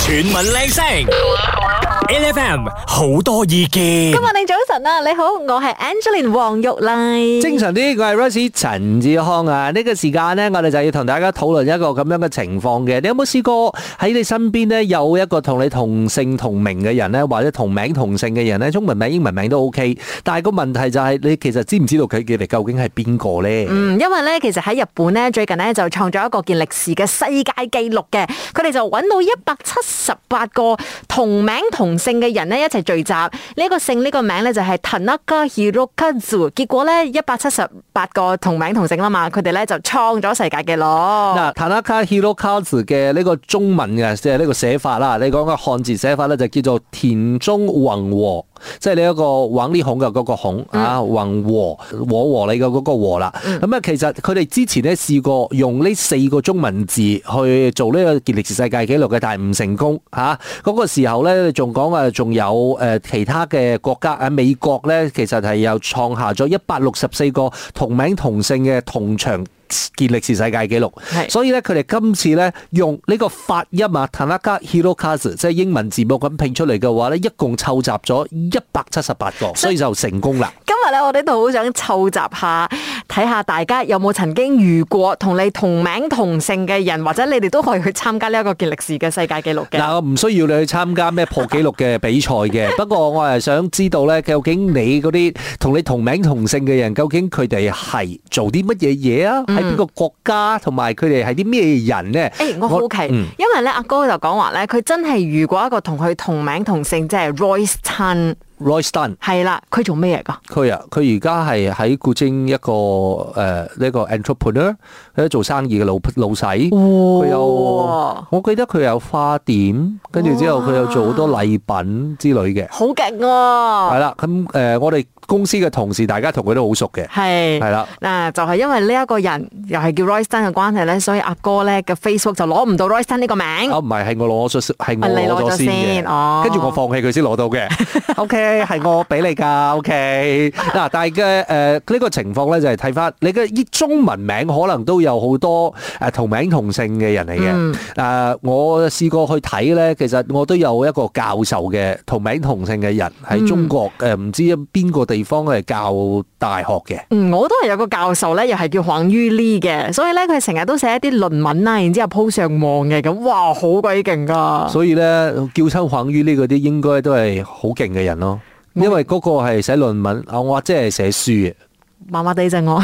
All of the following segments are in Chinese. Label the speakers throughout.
Speaker 1: 全民靚聲，LFM 好多意見
Speaker 2: 今。日你早晨啊，你好，我係 Angeline 黃玉麗。
Speaker 3: 精神啲，我係 Rosie 陳志康啊！呢、個時間呢，我哋就要同大家討論一個咁樣嘅情況嘅。你有冇試過喺你身邊呢，有一個同你同姓同名嘅人呢，或者同名同姓嘅人呢？中文名、英文名都 OK。但係個問題就係、你其實知唔知道佢佢哋究竟係邊個呢？
Speaker 2: 嗯，因為咧，其實喺日本咧，最近咧就創咗一個件歷史嘅世界紀錄嘅，佢哋就揾到一百七十八個同名同姓嘅人咧一齊聚集，呢、個姓呢、個名咧就係 Tanaka Hirokazu，結果咧一百七十八個同名同姓啦嘛，佢哋咧就創咗世界紀錄。
Speaker 3: 嗱，Tanaka Hirokazu 嘅呢個中文嘅即係呢個寫法啦，你講嘅漢字寫法咧就叫做田中宏和，即係呢一個玩呢孔嘅嗰個孔啊，宏和和和你嘅嗰個和啦。咁啊，其實佢哋之前咧試過用呢四個中文字去做呢個健力士世界紀錄嘅，但係唔成功啊嚇。嗰、個時候咧，仲講啊，仲有誒其他嘅國家喺美國咧，其實係又創下咗一百六十四個同名同姓嘅同場。健力士世界紀錄，
Speaker 2: 係
Speaker 3: 所以咧佢哋今次咧用呢個發音啊，Tanaka Hirokazu，即係英文字母咁拼出嚟嘅話咧，一共湊集咗一百七十八個，所以就成功啦。
Speaker 2: 今日咧，我哋都好想湊集下，睇下大家有冇曾經遇過同你同名同姓嘅人，或者你哋都可以去參加呢一個健力士嘅世界紀錄嘅。
Speaker 3: 嗱，我唔需要你去參加咩破紀錄嘅比賽 嘅，不過我係想知道咧，究竟你嗰啲同你同名同姓嘅人，究竟佢哋係做啲乜嘢嘢啊？
Speaker 2: 嗯
Speaker 3: 喺邊個國家，同埋佢哋係啲咩人呢？
Speaker 2: 誒、我好奇，
Speaker 3: 嗯
Speaker 2: 因為咧阿哥就講話咧，佢真係遇過一個同佢同名同姓，即係 Royce Tan，
Speaker 3: Roy Stan。
Speaker 2: 係啦，佢做咩嚟噶？
Speaker 3: 佢啊，佢而家係喺古精一個呃誒呢、個 entrepreneur，佢都做生意嘅老老細。佢有，
Speaker 2: 哇
Speaker 3: 我記得佢有花店，跟住之後
Speaker 2: 哇
Speaker 3: 佢有做好多禮品之類嘅。
Speaker 2: 好勁
Speaker 3: 係
Speaker 2: 喎！
Speaker 3: 啦，咁誒、呃我哋公司嘅同事大家同佢都好熟嘅。
Speaker 2: 係
Speaker 3: 係啦，
Speaker 2: 嗱，就係因為呢一個人又係叫 Royce Tan 嘅關係咧，所以阿哥咧嘅 Facebook 就攞唔到 Royce Tan 呢個名。
Speaker 3: 啊唔係，係我攞咗，係我
Speaker 2: 啊你攞
Speaker 3: 攞
Speaker 2: 咗
Speaker 3: 咗
Speaker 2: 先
Speaker 3: 先
Speaker 2: 哦
Speaker 3: 嘅，跟住我放棄佢先 攞到嘅。OK，係我俾你㗎。OK，嗱，但係嘅誒呢個情況咧就係睇翻你嘅依中文名可能都有好多誒同名同姓嘅人嚟嘅。
Speaker 2: 嗯
Speaker 3: 誒、我試過去睇咧，其實我都有一個教授嘅同名同姓嘅人喺中國誒，唔、知邊個地方係教大學嘅。
Speaker 2: 嗯，我都係有個教授咧，又係叫黃于呢嘅，所以咧佢成日都寫一啲論文啊啦，然之後 po 上網嘅，咁哇好鬼勁噶！
Speaker 3: 所以咧，叫親黃於呢嗰啲應該都係好勁嘅人咯，因為嗰個係寫論文，啊我即係寫書嘅。
Speaker 2: 麻麻地就 我，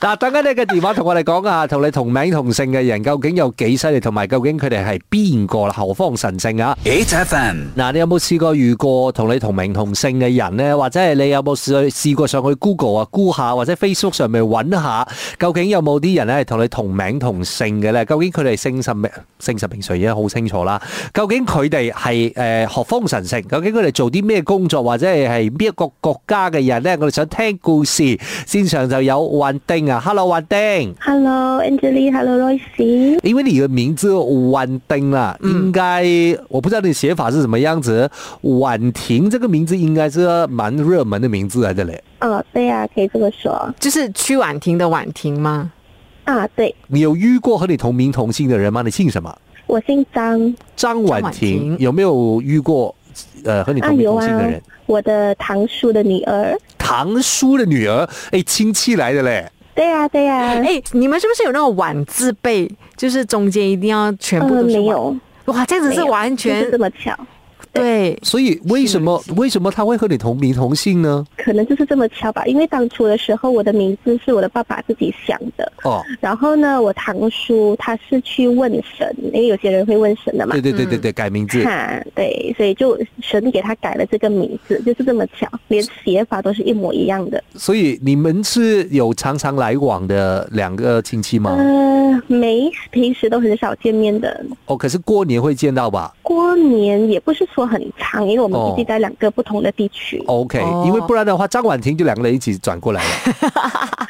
Speaker 3: 嗱，等緊你嘅電話同我哋講啊，同你同名同姓嘅人究竟有幾犀利，同埋究竟佢哋係邊個啦？何方神聖啊？
Speaker 1: HFM
Speaker 3: 嗱，你有冇試過遇過同你同名同姓嘅人呢？或者係你有冇試試過上去 Google 啊、估下或者 Facebook 上面揾下，究竟有冇啲人咧係同你同名同姓嘅呢？究竟佢哋姓甚名姓甚名誰已經好清楚啦。究竟佢哋係誒何方神聖？究竟佢哋做啲咩工作，或者係係邊一個國家嘅人呢？我哋想聽故事。線上就有幻丁啊，Hello 幻丁。
Speaker 4: Hello Angeline，Hello Royce。
Speaker 3: 因为你的名字婉丁啦，应该我不知道你写法是什么样子。婉婷这个名字应该是蛮热门的名字来的嘞。
Speaker 4: 哦，对呀、可以这么说
Speaker 2: 就是曲婉婷的婉婷嘛。
Speaker 4: 啊。对，
Speaker 3: 你有遇过和你同名同姓的人吗？你姓什么？
Speaker 4: 我姓张
Speaker 3: 张婉
Speaker 2: 张婉
Speaker 3: 婷
Speaker 2: 婷
Speaker 3: 有没有遇过呃和你
Speaker 4: 啊，
Speaker 3: 同名
Speaker 4: 有
Speaker 3: 同
Speaker 4: 啊
Speaker 3: 姓的人？，
Speaker 4: 我的堂叔的女儿。
Speaker 3: 堂叔的女儿，哎，亲戚来的嘞。
Speaker 4: 对呀、对呀、
Speaker 2: 哎、你们是不是有那种婉字辈？就是中间一定要全部
Speaker 4: 呃，
Speaker 2: 都是
Speaker 4: 没
Speaker 2: 婉。
Speaker 4: 有，
Speaker 2: 哇，这样子
Speaker 4: 没
Speaker 2: 是
Speaker 4: 有
Speaker 2: 完全
Speaker 4: 就是这么巧，
Speaker 2: 对。
Speaker 3: 所以为什么为什么他会和你同名同姓呢？
Speaker 4: 可能就是这么巧吧。因为当初的时候，我的名字是我的爸爸自己想的。
Speaker 3: 哦，
Speaker 4: 然后呢，我堂叔他是去问神，因为有些人会问神的嘛
Speaker 3: 对。对对对对，改名字。
Speaker 4: 看，对，所以就神给他改了这个名字，就是这么巧，连写法都是一模一样的。
Speaker 3: 所以你们是有常常来往的两个亲戚吗？
Speaker 4: 呃，没，平时都很少见面的。
Speaker 3: 哦，可是过年会见到吧？
Speaker 4: 过年也不是说很长，因为我们
Speaker 3: 哦
Speaker 4: 毕竟在两个不同的地区。
Speaker 3: OK，、
Speaker 2: 哦
Speaker 3: 因为不然的话，张婉婷就两个人一起转过来了。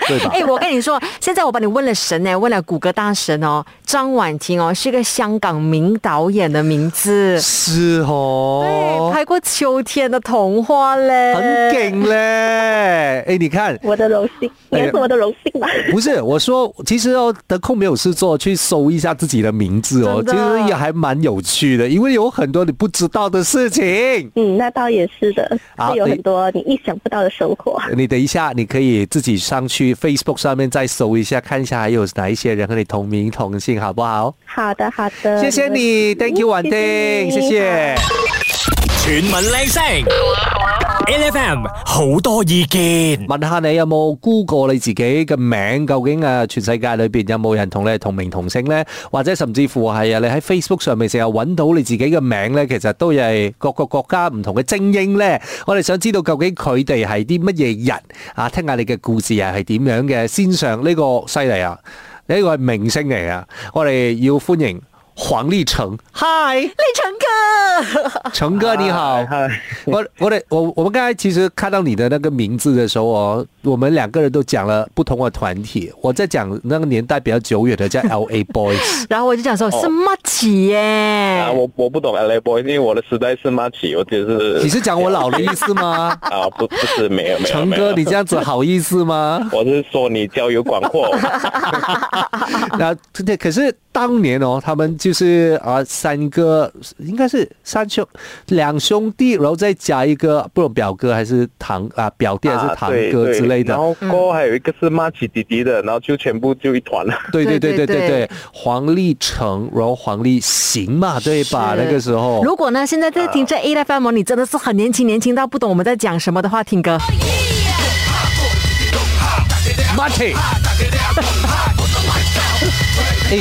Speaker 3: 对吧
Speaker 2: 哎、？我跟你说，现在我把你问了神呢、问了谷歌大神哦，张婉婷哦，是个香港名导演的名字，
Speaker 3: 是
Speaker 2: 对，
Speaker 3: 哦，
Speaker 2: 拍过《秋天的童话》嘞，
Speaker 3: 很。劲嘞！哎，你看，
Speaker 4: 我的荣幸，应该是我的荣幸吧。
Speaker 3: 不是我说，其实哦，得空没有事做，去搜一下自己的名字哦，其
Speaker 2: 真的
Speaker 3: 实也还蛮有趣的，因为有很多你不知道的事情。
Speaker 4: 嗯，那倒也是的，
Speaker 3: 好
Speaker 4: 会有
Speaker 3: 你
Speaker 4: 很多你意想不到的收获。
Speaker 3: 你等一下，你可以自己上去 Facebook 上面再搜一下，看一下还有哪一些人和你同名同姓，好不好？
Speaker 4: 好的，好
Speaker 2: 呃
Speaker 4: 的，嗯
Speaker 3: 谢谢你，Thank you，婉丁，谢
Speaker 4: 谢谢
Speaker 3: 谢。
Speaker 1: chuyển mình lên sóng, LFM, nhiều ý kiến,
Speaker 3: 問下你有冇估過你自己嘅名？究竟啊，全世界裏邊有冇人同你係同名同姓呢？或者甚至乎係啊，你喺 Facebook 上面成日揾到你自己嘅名呢，其實都係各個國家唔同嘅精英呢。我哋想知道究竟佢哋係啲乜嘢人啊？聽下你嘅故事又係點樣嘅？先上呢個犀利啊！呢個係明星嚟啊！我哋要歡迎黃立成。Hi，
Speaker 2: 立成哥，
Speaker 3: 成哥你好。
Speaker 5: 嗨，
Speaker 3: 我我得我我们刚才其实看到你的那个名字的时候哦，我们两个人都讲了不同的团体。我在讲那个年代比较久远的叫 L A Boys，
Speaker 2: 然后我就讲说，是默契耶，
Speaker 5: 哦
Speaker 3: 哎
Speaker 5: 啊，我我不懂 LA boy，因为我的时代是 m a c h 我只是？
Speaker 3: 你是讲我老的意思吗
Speaker 5: 啊，不不是没有没有，
Speaker 3: 成
Speaker 5: 没有
Speaker 3: 哥，你这样子好意思吗？
Speaker 5: 我是说你交友广 阔，
Speaker 3: 那对，可是当年哦，他们就是啊、三个应该是三兄两兄弟，然后再加一个不懂表哥还是堂啊表弟还是堂哥之类的。
Speaker 5: 啊对对然后过后还有一个是 m a c h 弟弟的，然后就全部就一团了。
Speaker 3: 对对
Speaker 2: 对
Speaker 3: 对对
Speaker 2: 对
Speaker 3: 对
Speaker 2: 对
Speaker 3: 对，黄立成，然后黄立行嘛，对吧？
Speaker 2: 是
Speaker 3: 那个时
Speaker 5: 哦
Speaker 3: 候，
Speaker 2: 如果呢，现在在听
Speaker 5: 啊
Speaker 2: 这 A F M，哦你真的是很年轻，年轻到不懂我们在讲什么的话，听歌。
Speaker 3: 马铁。哎，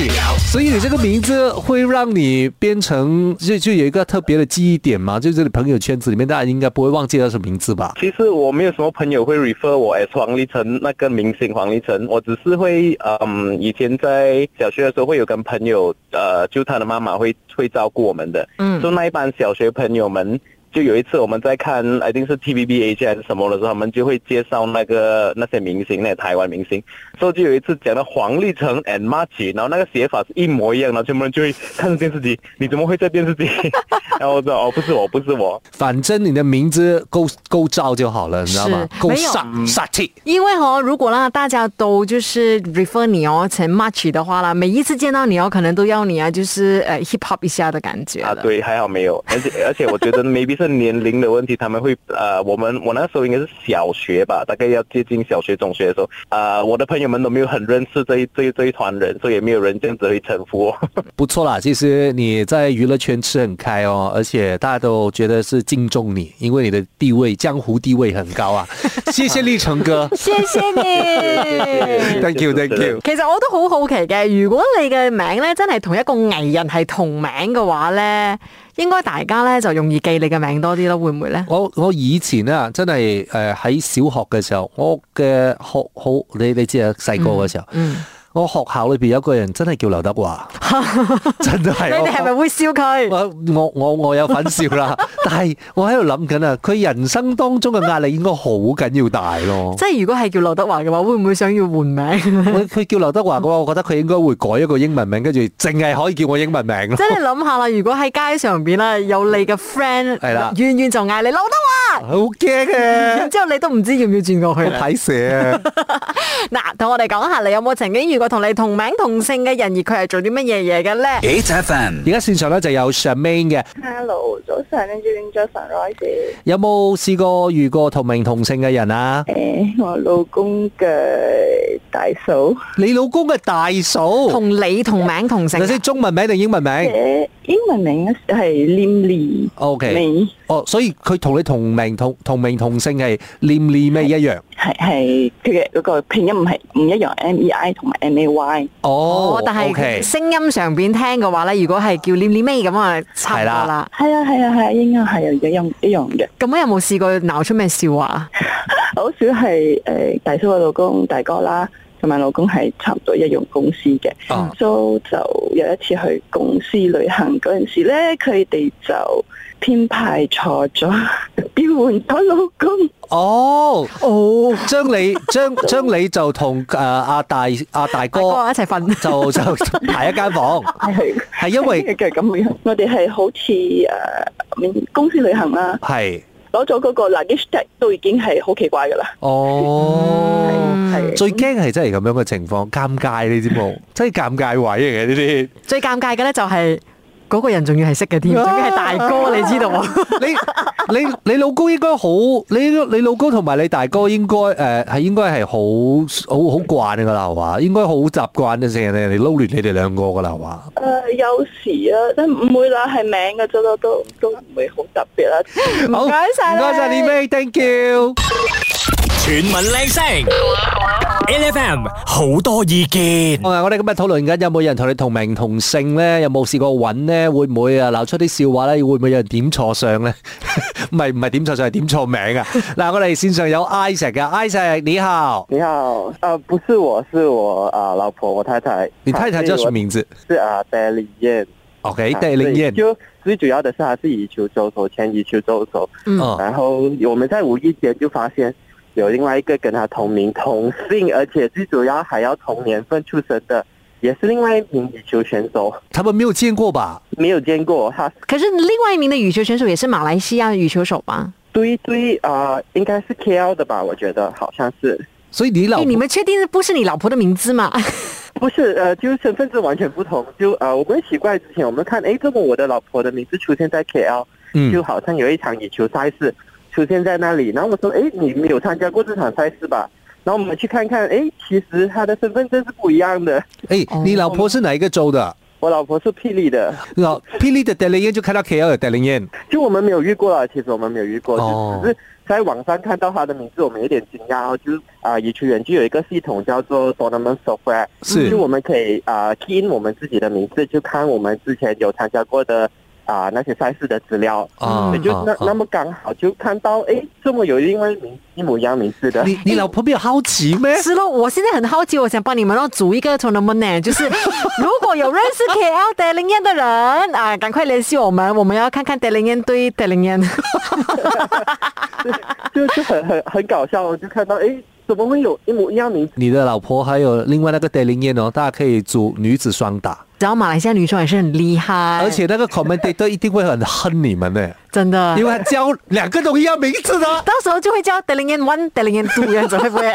Speaker 3: 所以你这个名字会让你变成就就有一个特别的记忆点嘛？就是你朋友圈子里面大家应该不会忘记他什么名字吧？
Speaker 5: 其实我没有什么朋友会 refer 我 as 黄立成那个明星黄立成，我只是会嗯，以前在小学的时候会有跟朋友呃，就他的妈妈会会照顾我们的，
Speaker 2: 嗯
Speaker 5: 就那一班小学朋友们。就有一次我们在看，一定是 TVB AJ 还是什么的时候，他们就会介绍那个那些明星，那些台湾明星。所以就有一次讲到黄立成 and m a c h 然后那个写法是一模一样，然后全部人就会看着电视机，你怎么会在电视机？ 然后我说哦，不是我，不是我，
Speaker 3: 反正你的名字够够照就好了，你知道吗？
Speaker 2: 是
Speaker 3: 够
Speaker 2: 没有
Speaker 3: 煞煞气。
Speaker 2: 因为哦，如果让大家都就是 refer 你哦，成 match 的话啦，每一次见到你哦，可能都要你啊，就是呃 hip hop 一下的感觉
Speaker 5: 啊，
Speaker 2: 了。
Speaker 5: 对，还好没 有，而且而且我觉得 maybe 是年龄的问题，他们会呃，我们我那时候应该是小学吧，大概要接近小学、中学的时候，呃，我的朋友们都没有很认识这一这一这一团人，所以也没有人这样子会称呼我。
Speaker 3: 不错啦，其实你在娱乐圈吃很开哦，而且大家都觉得是敬重你，因为你的地位江湖地位很 高啊。谢谢立成哥
Speaker 2: 谢谢 你。
Speaker 3: ，Thank you，Thank you。
Speaker 2: 其實我都好好奇嘅，如果你嘅名咧真係同一個藝人係同名嘅話咧，應該大家咧就容易記你嘅名多啲咯，會唔會咧？
Speaker 3: 我我以前啊，真係誒喺小學嘅時候，我嘅學好你你知啊，細個嘅時候，
Speaker 2: 嗯，
Speaker 3: 我學校裏邊有一個人真係叫劉 德華，真
Speaker 2: 你
Speaker 3: 係
Speaker 2: 哋係咪會笑佢？
Speaker 3: 我我我我有粉笑啦，但係我喺度諗緊啊，佢人生當中嘅壓力應該好緊要大咯。
Speaker 2: 即係如果係叫劉德華嘅話，會唔會想要換 名？
Speaker 3: 佢佢叫劉德華嘅話，我覺得佢應該會改一個英文名，跟住淨係可以叫我英文名咯
Speaker 2: 即。係你諗下啦，如果喺街上邊啦，有你嘅 friend，
Speaker 3: 係啦
Speaker 2: 遠遠就嗌你劉 德
Speaker 3: 好驚
Speaker 2: 華，
Speaker 3: 啊！
Speaker 2: 之後你都唔知要唔要轉過去
Speaker 3: 我
Speaker 2: 啦
Speaker 3: 睇蛇 啊！
Speaker 2: 嗱，同我哋講下，你有冇曾經遇過同你同名同姓嘅人，而佢係做啲乜嘢嘢嘅咧？
Speaker 1: 8FM,
Speaker 3: 而家線上咧就有 Charmaine 嘅，
Speaker 4: Hello，早晨，你最近早晨，Royce。
Speaker 3: 有冇試過遇過同名同姓嘅人 啊？
Speaker 4: 诶，我老公嘅大嫂，
Speaker 3: 你老公嘅大嫂，
Speaker 2: 同你同名同姓
Speaker 3: 哦
Speaker 2: 啊
Speaker 3: 你，識中文名定 英文名
Speaker 4: 诶，英文名系 Limly
Speaker 3: ？O K，
Speaker 4: May，
Speaker 3: 哦，所以佢同你同名同同名同姓係念念咩一樣？
Speaker 4: 系系佢嘅嗰個拼音唔係唔一樣，M E I 同埋 M A Y。
Speaker 3: 哦，
Speaker 2: 但
Speaker 3: o K，
Speaker 2: 係聲音上邊聽嘅話咧，如果係叫念念咩咁啊，差唔多
Speaker 3: 係
Speaker 2: 啦
Speaker 3: 啦。
Speaker 4: 係啊係啊係啊，應該係一樣一樣嘅。
Speaker 2: 咁有冇試過鬧出咩笑話啊？
Speaker 4: 呃好少係诶大嫂嘅老公大哥啦，同埋老公係差唔多一樣公司嘅。
Speaker 3: 啊，
Speaker 4: so 就有一次去公司旅行嗰陣時咧，佢哋就編排錯咗，變換咗老公。
Speaker 3: 哦，
Speaker 2: 哦，
Speaker 3: 將你將將你就同誒阿大阿
Speaker 2: 大
Speaker 3: 大
Speaker 2: 哥
Speaker 3: 哥
Speaker 2: 一齊瞓。
Speaker 3: 就就排一間 房，
Speaker 4: 係
Speaker 3: 係哦因 為
Speaker 4: 嘅咁樣，我哋係好似誒、呃公司旅行啦，
Speaker 3: 係
Speaker 4: 攞咗嗰個 luggage tag 都已經係好奇怪噶啦。
Speaker 3: 哦。
Speaker 4: 係
Speaker 3: 最
Speaker 5: 嗯
Speaker 3: 驚係真係咁樣嘅情況，尷尬你知 冇？真係尷尬位嚟嘅呢
Speaker 2: 最尷尬嘅咧就係嗰個人仲要係識嘅添，仲要係大哥，你知道嗎？
Speaker 3: 啲。你你你老公應該好，你你老公同埋你大哥呃應該誒係、應該係好好好慣㗎啦，係嘛？應該好習慣成日人哋撈亂你哋兩個㗎啦，係嘛？
Speaker 4: 誒、呃有時啊，都唔會啦，係名嘅啫咯，都都唔會好特別啦。
Speaker 3: 好，
Speaker 2: 唔該晒
Speaker 3: 唔該晒
Speaker 2: 你
Speaker 3: 你 May thank you。
Speaker 1: chuyển mình lên sóng, LFM, nhiều ý kiến.
Speaker 3: 我我哋今日討論緊有冇人同你同名同姓咧？有冇試過揾咧？會唔會啊鬧出啲笑話咧？會唔會有人點錯相咧？ 唔係唔係點錯相，係點錯名啊！嗱，我哋線上有 Isaac 嘅，Isaac 你好，
Speaker 5: 你好，呃，不是我，是我啊、老婆，我太太。
Speaker 3: 你太太叫什么名字
Speaker 5: 是啊，戴丽燕。
Speaker 3: ？OK，
Speaker 5: 啊
Speaker 3: 戴玲燕。
Speaker 5: 对就最主要的是，她是以球州手牵以球州手，
Speaker 3: 嗯
Speaker 4: 哦
Speaker 5: 然后我们在无意间就发现有另外一个跟她同名 同姓，而且最主要还要同年份出生的，也是另外一名羽球选手，
Speaker 3: 他们没有见过吧？
Speaker 5: 没有见过她。
Speaker 2: 可是另外一名的羽球选手也是马来西亚羽球手吧？
Speaker 5: 对对啊、呃应该是 KL 的吧？我觉得好像是，
Speaker 3: 所以你老
Speaker 2: 哎，你们确定不是你老婆的名字 吗？
Speaker 5: 不是，呃，就是身份证完全不同。就呃，我们奇怪之前，我们看，诶，怎么我的老婆的名字出现在 KL，就
Speaker 3: 嗯
Speaker 5: 好像有一场野球赛事出现在那里。然后我说，诶，你没有参加过这场赛事吧？然后我们去看看，诶，其实她的身份证是不一样的。
Speaker 3: 哎，你老婆是哪一个州的？
Speaker 5: 我老婆是霹雳的，
Speaker 3: 老霹雳的戴玲燕就看到 KL 的戴玲燕，
Speaker 5: 就我们没有遇过了，其实我们没有遇过，
Speaker 3: 哦
Speaker 5: 就只是在网上看到她的名字，我们有点惊讶哦。就是啊，野球员就有一个系统叫做 Tournament Software，
Speaker 3: 是
Speaker 5: 就我们可以啊、key in 我们自己的名字，就看我们之前有参加过的啊、那些赛事的资料。
Speaker 3: 啊
Speaker 5: 对，就
Speaker 3: 啊
Speaker 5: 那
Speaker 3: 啊
Speaker 5: 那么刚好就看到，哎，这么有另外一名一模一样名字的，
Speaker 3: 你你老婆没有好奇咩？
Speaker 2: 是咯，我现在很好奇，我想帮你们要组一个 tournament 呢，就是 如果有认识 KL 戴玲燕的人啊，赶快联系我们，我们要看看戴玲燕对戴玲 燕。
Speaker 5: 就就很很很搞笑哦，就看到，哎，怎么会有一模一样名字？
Speaker 3: 你的老婆还有另外那个戴玲燕哦，大家可以组女子双打。
Speaker 2: 然后马来西亚女生也是很厉害，
Speaker 3: 而且那个 commentator 一定会很恨你们呢，
Speaker 2: 真的，
Speaker 3: 因为他叫两个都一样名字啊的。
Speaker 2: 到时候就会叫 d e l i n g a n One、d e l i n g a n Two 这样子，会 不会？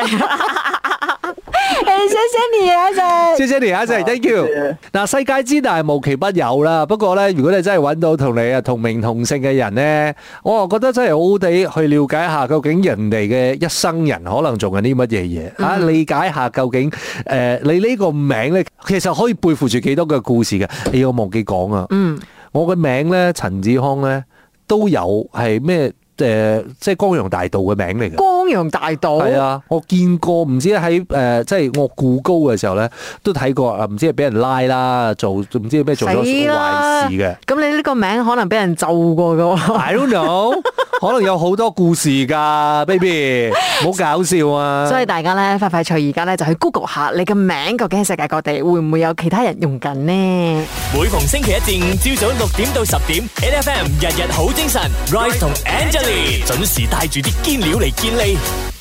Speaker 2: 哎，谢谢你啊，仔。
Speaker 3: 謝謝你啊，真係 thank you
Speaker 5: 多謝。
Speaker 3: 嗱，世界之大無奇不有啦。不過咧，如果你真係揾到同你啊同名同姓嘅人咧，我又覺得真係好好地去了解下究竟人哋嘅一生人可能做緊啲乜嘢嘢啊，理解下究竟誒、呃你呢個名咧，其實可以背負住幾多個故事嘅。哎呀，我忘記講啊。
Speaker 2: 嗯，
Speaker 3: 我嘅名咧，陳志康咧，都有係咩誒，即係江洋大盜嘅名嚟嘅。
Speaker 2: 光陽大道
Speaker 3: 係啊，我見過，唔知喺誒、呃即係我故高嘅時候咧，都睇過啊，唔知係俾人拉啦，做唔知咩做咗
Speaker 2: 死啦
Speaker 3: 壞事嘅。啊
Speaker 2: 咁你呢個名可能俾人咒過噶 喎。
Speaker 3: I don't know，可能有好多故事㗎，baby，唔好搞笑啊！
Speaker 2: 所以大家咧快快脆而家咧就去 Google 下你嘅名究竟喺世界各地會唔會有其他人用緊呢？
Speaker 1: Mỗi tuần thứ hai đến thứ năm, sáng sớm 6 giờ đến 10 giờ, LFM, ngày ngày tốt tinh thần. Rise và Angelie, đúng giờ mang theo những kiến thức để kiến lập.